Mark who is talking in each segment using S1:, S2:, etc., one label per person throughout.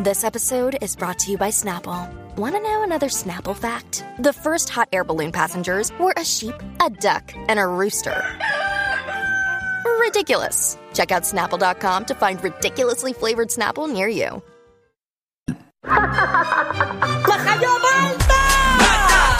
S1: This episode is brought to you by Snapple. Want to know another Snapple fact? The first hot air balloon passengers were a sheep, a duck, and a rooster. Ridiculous. Check out snapple.com to find ridiculously flavored Snapple near you.
S2: ¡Majayo Malta! ¡Mata!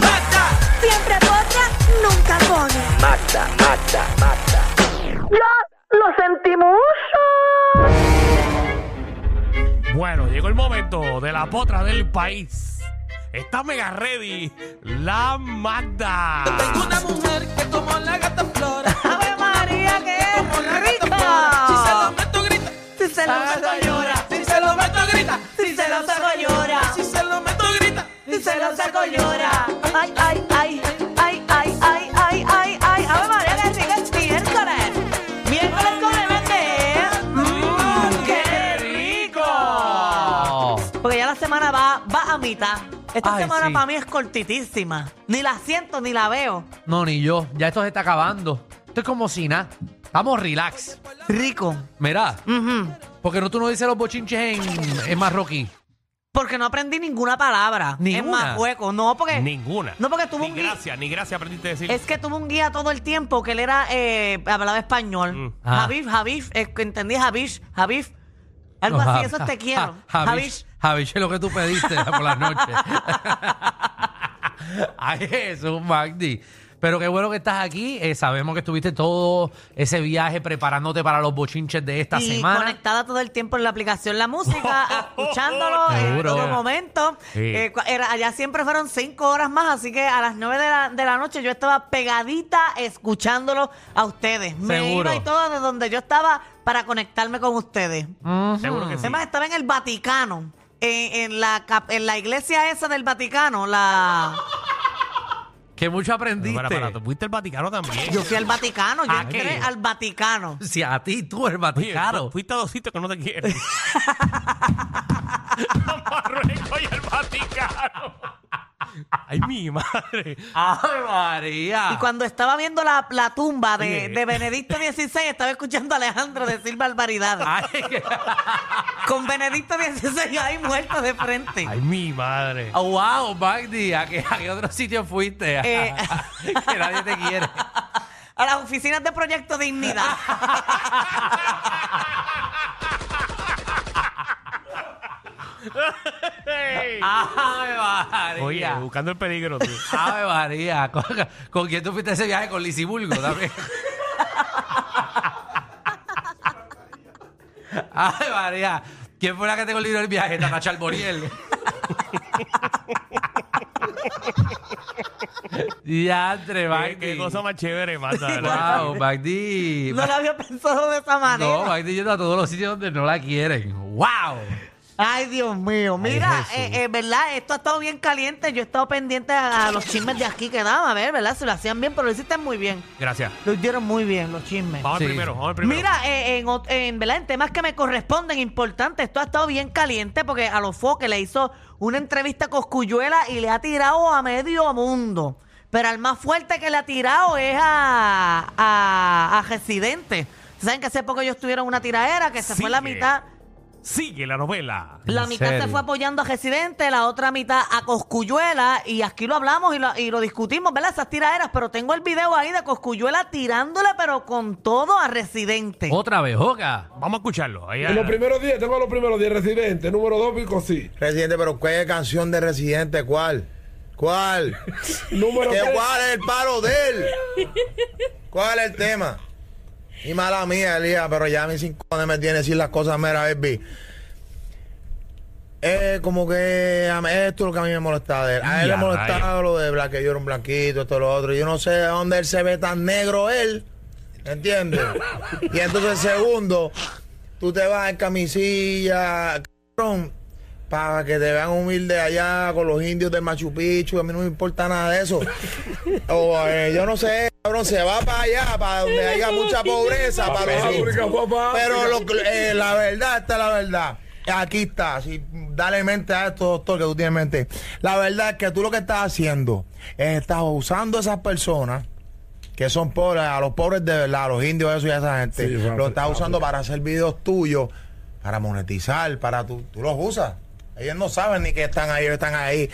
S2: ¡Mata! Siempre potra, nunca pone.
S3: Mata, mata, mata.
S2: ¡Ya lo sentimos!
S4: Bueno, llegó el momento de la potra del país. Está mega ready la Magda.
S5: Tengo una mujer que como la gata flora.
S2: ¡Ave María, que
S5: Como la
S2: es
S5: gata flora. Si se lo
S2: rica!
S5: meto, grita.
S2: Si se lo saco llora,
S5: Si se lo meto, grita.
S2: si se lo saco llora,
S5: Si se lo meto, grita.
S2: si se lo saco llora. ¡Ay, ay, ay! ¡Ay, ay, ay, ay, ay, ay! ¡Ave María, que rica es miércoles! ¡Miércoles con E. el vende! ¡Mmm, qué rico! Porque ya la semana va, va a mitad. Esta
S6: Ay,
S2: semana
S6: sí.
S2: para mí es cortitísima. Ni la siento ni la veo.
S6: No, ni yo. Ya esto se está acabando. Esto es como si nada. Vamos, relax.
S2: Rico.
S6: Mirá,
S2: Ujú.
S6: porque no tú no dices los bochinches en, en marroquí.
S2: Porque no aprendí ninguna palabra. En
S6: ¿Ninguna?
S2: Marruecos. No, porque.
S4: Ninguna.
S2: No, porque tuvo
S4: ni
S2: un guía.
S4: gracias, ni gracias aprendiste a decir.
S2: Es que tuvo un guía todo el tiempo que él era. eh, hablaba español.
S4: Mm.
S6: Ah.
S2: Javif, Javif. eh, que entendí Javif, Javif. Algo
S6: No,
S2: así,
S6: ja-
S2: eso es te
S6: ja-
S2: quiero. Javif.
S6: ja- Javish. Javish es lo que tú pediste por la noche. Ay, Jesús, Magdi. Pero qué bueno que estás aquí. Eh, sabemos que estuviste todo ese viaje preparándote para los bochinches de esta
S2: Y
S6: semana.
S2: conectada todo el tiempo en la aplicación la música, escuchándolo en
S6: Seguro.
S2: todo momento.
S4: Sí.
S2: Eh, cua- era- allá siempre fueron cinco horas más, así que a las nueve de la, de la noche yo estaba pegadita escuchándolo a ustedes. Me
S6: Seguro.
S2: iba y todo de donde yo estaba para conectarme con ustedes.
S6: Mm.
S4: Seguro que sí.
S2: Además, estaba en el Vaticano. En, en la, cap- en la iglesia esa del Vaticano, la...
S6: Que mucho
S4: Pero,
S6: aprendiste.
S4: para, para, ¿tú fuiste al Vaticano también.
S2: Yo fui al Vaticano,
S6: Ah,
S2: yo
S4: ¿A
S2: entré
S4: qué?
S2: al Vaticano.
S6: Si a ti tú, el
S4: Oye,
S6: Vaticano.
S4: fu- Fuiste a dos sitios que no te quieren. A Marruecos y el Vaticano. Ay, mi madre.
S6: ¡Ay, María!
S2: Y cuando estaba viendo la, la tumba de,
S4: Oye.
S2: de Benedicto XVI, estaba escuchando a Alejandro decir barbaridades.
S6: Ay, qué-
S2: Con Benedicto XVI ahí muerto de frente.
S4: Ay, mi madre.
S6: Oh, wow, Magdi, ¿a qué, a qué otro sitio fuiste?
S2: Eh.
S6: que nadie te quiere.
S2: A las oficinas de Proyecto Dignidad.
S4: Ey.
S6: ¡Ave María!
S4: Oye, buscando el peligro, tú.
S6: ¡Ave María! ¿Con, con quién tú fuiste a ese viaje? Con Lisibulgo también. ¡Ave María! ¿Quién fue la que te convidó el viaje? Tata Charboniel. Diantre,
S4: Qué,
S6: Magdi.
S4: qué cosa más chévere, mata.
S6: ¡Wow, Magdi!
S2: No lo había pensado de esa manera.
S6: No, Magdi yendo a todos los sitios donde no la quieren. ¡Wow!
S2: Ay, Dios mío. Mira, eh, eh, ¿verdad? Esto ha estado bien caliente. Yo he estado pendiente a, a los chismes de aquí que daban. A ver, ¿verdad? Se lo hacían bien, pero lo hiciste muy bien.
S4: Gracias.
S2: Lo hicieron muy bien, los chismes.
S4: Vamos al
S6: Sí.
S4: primero, vamos al primero.
S2: Mira, eh, en, ot- en, ¿verdad? en temas que me corresponden, importantes, esto ha estado bien caliente porque a los foques le hizo una entrevista a Cosculluela y le ha tirado a medio mundo. Pero al más fuerte que le ha tirado es a, a, a Residente. Saben que hace poco ellos tuvieron una tiradera que se fue la
S4: Sigue.
S2: mitad.
S4: Sigue la novela.
S2: La
S6: ¿En
S2: mitad se
S6: serio?
S2: fue apoyando a Residente, la otra mitad a Cosculluela y aquí lo hablamos y lo, y lo discutimos, ¿verdad? Esas tiraderas, pero tengo el video ahí de Cosculluela tirándole, pero con todo a Residente.
S6: Otra vez, Joca.
S4: Vamos a escucharlo. Ahí
S7: En los
S4: a-
S7: primeros 10, tengo los primeros 10 residentes. Número 2, Pico sí.
S8: Residente, pero ¿qué canción de Residente? ¿Cuál? ¿Cuál?
S7: Número
S8: ¿Qué,
S7: 3,
S8: ¿Cuál es el palo de él? ¿Cuál es el tema? Y mala mía, Elías, pero ya a mí sin cojones me tiene decir las cosas mera, baby. Eh, como que a mí- esto es lo que a mí me molesta de él. A él
S4: Ya,
S8: le molestaba
S4: rayos.
S8: lo de Black, que yo era un blanquito, esto, lo otro. Yo no sé de dónde él se ve tan negro él. ¿Entiendes? y entonces, segundo, tú te vas en camisilla, cabrón, para que te vean humilde allá con los indios del Machu Picchu. A mí no me importa nada de eso. o eh, yo no sé, cabrón, se va para allá, para donde haya mucha pobreza, para los indios.
S7: África, papá.
S8: Pero lo que- eh, la verdad, esta es la verdad. Aquí está, si, dale mente a esto, doctor, que tú tienes mente. La verdad es que tú lo que estás haciendo es estás usando a esas personas que son pobres, a los pobres de verdad, a los indios, eso y a esa gente.
S7: Sí,
S8: lo estás usando para hacer videos tuyos para monetizar, para tú, tú los usas. Ellos no saben ni que están ahí, ellos están ahí.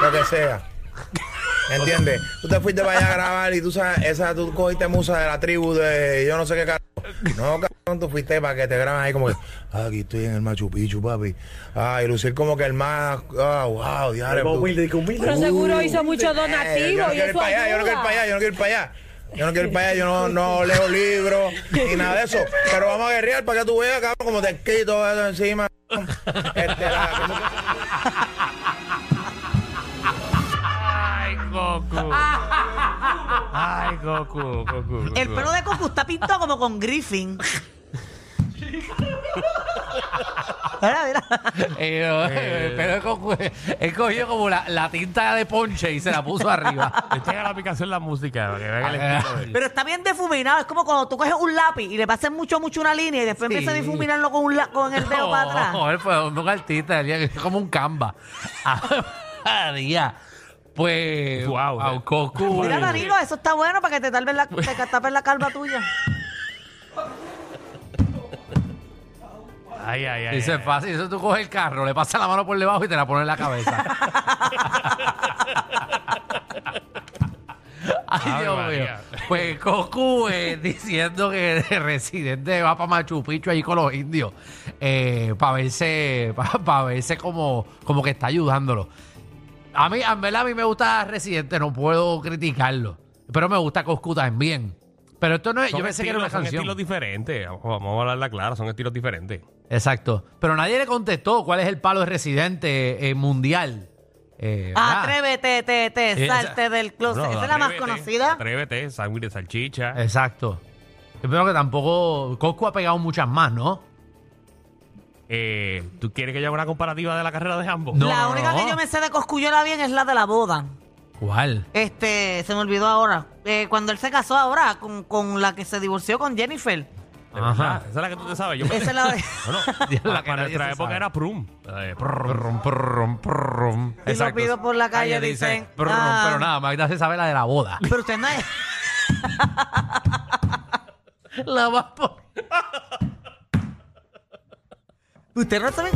S8: Lo que sea. ¿Entiendes? Tú te fuiste para allá a grabar y tú sabes, esa, tú cogiste musa de la tribu de yo no sé qué carajo. No, cabrón, tú fuiste para que te graben ahí como que, ah, aquí estoy en el Machu Picchu, papi. Ah, y lucir como que el más, ah, wow, diario. tú-
S9: Pero seguro
S8: Uh,
S9: hizo muchos
S8: eh, Yo no
S9: donativos y
S8: quiero ir
S9: eso
S8: para allá, yo no quiero ir para
S9: ayuda.
S8: allá, yo no quiero ir para allá. Yo no quiero ir para allá, yo no, no leo libros ni nada de eso. Pero vamos a guerrear para que tú veas, cabrón, como te quito eso encima. Este, la-
S4: Ay, Goku. Ay, Goku, Goku.
S2: El pelo de Coco está pintado como con Griffin. Mira, mira.
S6: Eh, no, eh, pero él cogió, él cogió como la, la tinta de ponche y se la puso arriba.
S4: Este es la aplicación la música, para que vean el
S6: Ah.
S4: estilo de-
S2: Pero está bien difuminado. Es como cuando tú coges un lápiz y le pasas mucho, mucho una línea y después
S6: Sí.
S2: empiezas a difuminarlo con, un la- con el dedo para atrás.
S6: él fue un artista, él es como un canva. Ah, María. Pues,
S4: Guau.
S6: wow, Coco.
S2: Mira, Danilo, eso está bueno para que te tapes la, te tapes la calva tuya.
S4: Ay, ay, ay.
S6: Eso
S4: ay.
S6: es fácil, eso tú coges el carro, le pasas la mano por debajo y te la pones en la cabeza. Ay,
S4: Ave
S6: Dios mío.
S4: María.
S6: Pues Cocu eh, diciendo que el residente va para Machu Picchu ahí con los indios para verse, para verse como, como que está ayudándolo. A mí, en verdad, a mí me gusta Residente, no puedo criticarlo. Pero me gusta Coscu también. Pero esto no es, yo
S4: Son
S6: pensé que era una
S4: estilos- Son
S6: canción.
S4: estilos diferentes. Vamos- Vamos a hablarla clara, son estilos diferentes.
S6: Exacto. Pero nadie le contestó cuál es el palo de residente eh, mundial. Eh,
S2: Ah,
S6: ¿verdad?
S2: Atrévete, te, te,
S6: Eh, Esa-
S2: salte del closet.
S4: No,
S2: Esa es la más
S4: atrévete,
S2: conocida.
S4: Atrévete, sándwich de salchicha.
S6: Eh. Exacto. Espero que tampoco. Coscu ha pegado muchas más, ¿no?
S4: Eh, ¿Tú quieres que yo haga una comparativa de la carrera de ambos?
S6: No.
S2: la única que yo me sé de Coscuyola bien es la de la boda.
S6: ¿Cuál?
S2: Este, se me olvidó ahora. Eh, cuando él se casó ahora con, con la que se divorció con Jennifer.
S4: De verdad,
S6: Ajá.
S4: Esa es la que tú te sabes. Yo me-
S2: Esa es la de...
S4: Bueno,
S6: Ya la
S4: la
S6: que nadie
S4: para nuestra
S6: se
S4: época
S6: sabe.
S4: era Prum. Eh, prrrum, prrrum, prrrum.
S2: Y lo
S6: Exacto.
S2: pido por la calle,
S6: Ella dice,
S2: dicen.
S6: "Prrrum",
S2: ah,
S6: Pero nada, Magda se sabe la de la boda.
S2: Pero usted no es.
S6: la más po-
S2: Usted no sabe.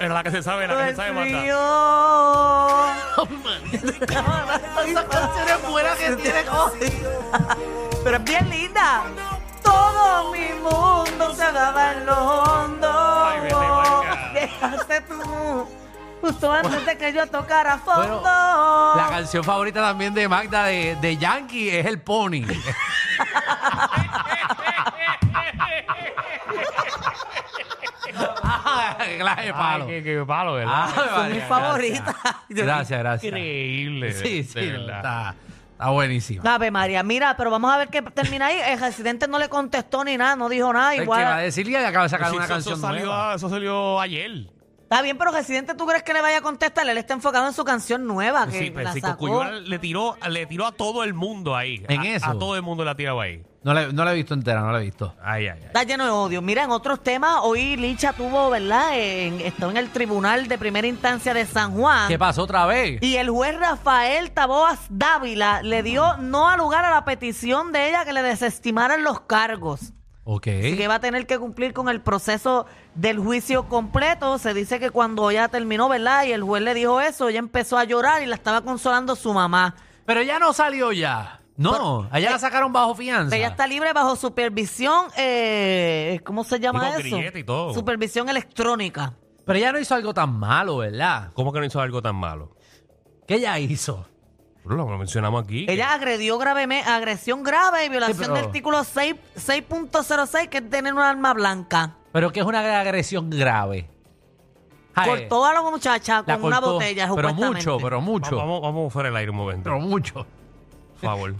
S4: Era la que se sabe, la que se sabe Marta.
S6: Oh,
S2: Esas canciones buenas que tiene Pero es bien linda. Todo mi mundo se daba en lo
S4: Ay, vete,
S2: hondo.
S4: María.
S2: Llegaste tú. Justo antes de que yo tocara
S6: Bueno,
S2: fondo.
S6: la canción favorita también de Magda de, de Yankee es El Pony. Ah, clase de palo.
S4: Ay, qué, qué palo, ¿verdad?
S6: Ah,
S2: Son mis
S6: María,
S2: favoritas.
S6: Gracias, gracias. gracias.
S4: Increíble.
S6: Sí,
S4: de
S6: sí,
S4: verdad.
S6: está, está buenísimo.
S2: Ave María, mira, pero vamos a ver qué termina ahí. El residente no le contestó ni nada, no dijo nada.
S6: El que va a
S2: Igual.
S6: decirle y acaba de sacar
S4: Sí,
S6: una
S4: eso, eso
S6: canción
S4: salió,
S6: nueva.
S4: eso salió ayer.
S2: Está bien, pero residente, ¿tú crees que le vaya a contestar? Él está enfocado en su canción nueva. Que
S4: Sí, pero
S2: la
S4: sí,
S2: sacó.
S4: Cocuyuela le tiró, le tiró a todo el mundo ahí.
S6: ¿En
S4: a,
S6: eso?
S4: A todo el mundo la tiraba ahí.
S6: No la, no la he visto entera, no la he visto.
S4: Ay, ay, ay.
S2: Está lleno de odio. Mira, en otros temas, hoy Licha tuvo, ¿verdad? En, estaba en el tribunal de primera instancia de San Juan.
S6: ¿Qué pasó otra vez?
S2: Y el juez Rafael Taboas Dávila le dio no a lugar a la petición de ella que le desestimaran los cargos.
S6: Ok.
S2: Así que va a tener que cumplir con el proceso del juicio completo. Se dice que cuando ella terminó, ¿verdad? Y el juez le dijo eso, ella empezó a llorar y la estaba consolando su mamá.
S6: Pero ya no salió ya. No, allá la sacaron bajo fianza.
S2: Ella eh, está libre bajo supervisión, eh, ¿cómo se llama
S4: Y con
S2: eso?
S4: grillete y todo.
S2: Supervisión electrónica.
S6: Pero ella no hizo algo tan malo, ¿verdad?
S4: ¿Cómo que no hizo algo tan malo?
S6: ¿Qué ella hizo?
S4: Pero lo lo mencionamos aquí.
S2: Ella agredió gravemente, agresión grave y violación
S6: Sí, pero-
S2: del artículo 6 6.06, que es tener un arma blanca.
S6: Pero que es una agresión grave. Ay,
S2: cortó a la muchacha
S6: la
S2: con una
S6: cortó,
S2: botella,
S6: Pero
S2: supuestamente.
S6: mucho, pero mucho.
S4: Va- Vamos, vamos fuera del aire un momento.
S6: Pero mucho.
S4: Por favor.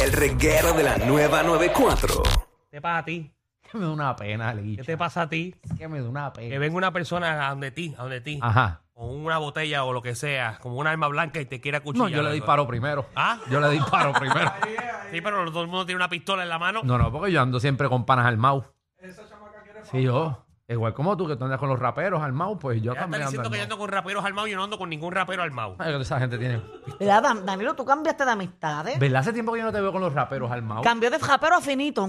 S3: El reguero de la nueva 94.
S4: ¿Qué pasa a ti?
S6: Que me da una pena, Licha.
S4: ¿Qué te pasa a ti?
S6: Que me da una
S4: Que
S6: pena.
S4: venga una persona a donde ti, a donde ti,
S6: Ajá.
S4: con una botella o lo que sea, como un arma blanca y te quiera
S6: No,
S4: cuchillar.
S6: yo le disparo primero.
S4: ¿Ah?
S6: Yo le disparo primero.
S4: Sí, pero todo el mundo tiene una pistola en la mano.
S6: No, no, porque yo ando siempre con panas al mau. Sí, yo. Igual como tú, que tú andas con los raperos al mau, pues yo
S4: ya están
S6: también ando
S4: diciendo
S6: al
S4: que yo
S6: mau.
S4: ando con raperos armados y yo no ando con ningún rapero armado.
S6: Ay, esa gente tiene...
S2: Mira, Dan- Danilo, tú cambiaste de amistades.
S6: ¿Verdad? Hace tiempo que yo no te veo con los raperos al mau.
S2: Cambió de japero a finito.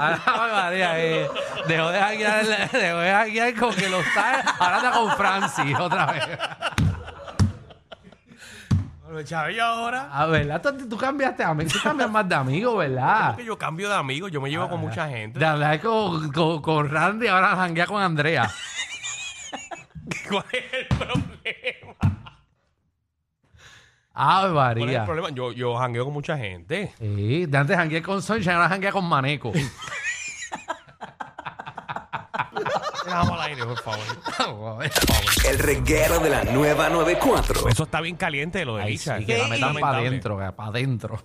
S6: Ahora, María, eh, dejó de janguear, dejó de janguear con que lo está. Ahora anda con Francis otra vez.
S4: Bueno, Chavillo ahora.
S6: A ver, Ah, tú, tú cambiaste a mí, tú cambias más de amigo, ¿verdad?
S4: Ah. Que yo cambio de amigo, yo me llevo
S6: Ah.
S4: con mucha gente.
S6: De hablar con, con, con Randy, ahora janguea con Andrea.
S4: ¿Cuál es el problema?
S6: Ave
S4: ¿Cuál es el
S6: María.
S4: problema? Yo, yo jangueo con mucha gente.
S6: Sí, de antes janguea con Sunshine, ahora janguea con Maneco.
S4: Vamos al aire, por favor.
S3: El reguero de la nueva 94.
S4: Eso está bien caliente lo de
S6: Ahí
S4: Licha.
S6: Pues, sí, que la metan para
S4: Lamentable.
S6: adentro, para adentro.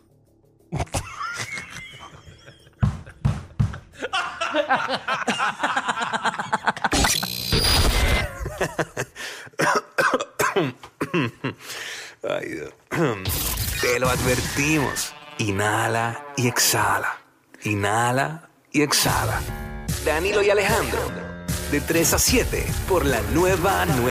S3: Ay, Dios. Te lo advertimos. Inhala y exhala. Inhala y exhala. Danilo y Alejandro, de 3 a 7 por la nueva 94.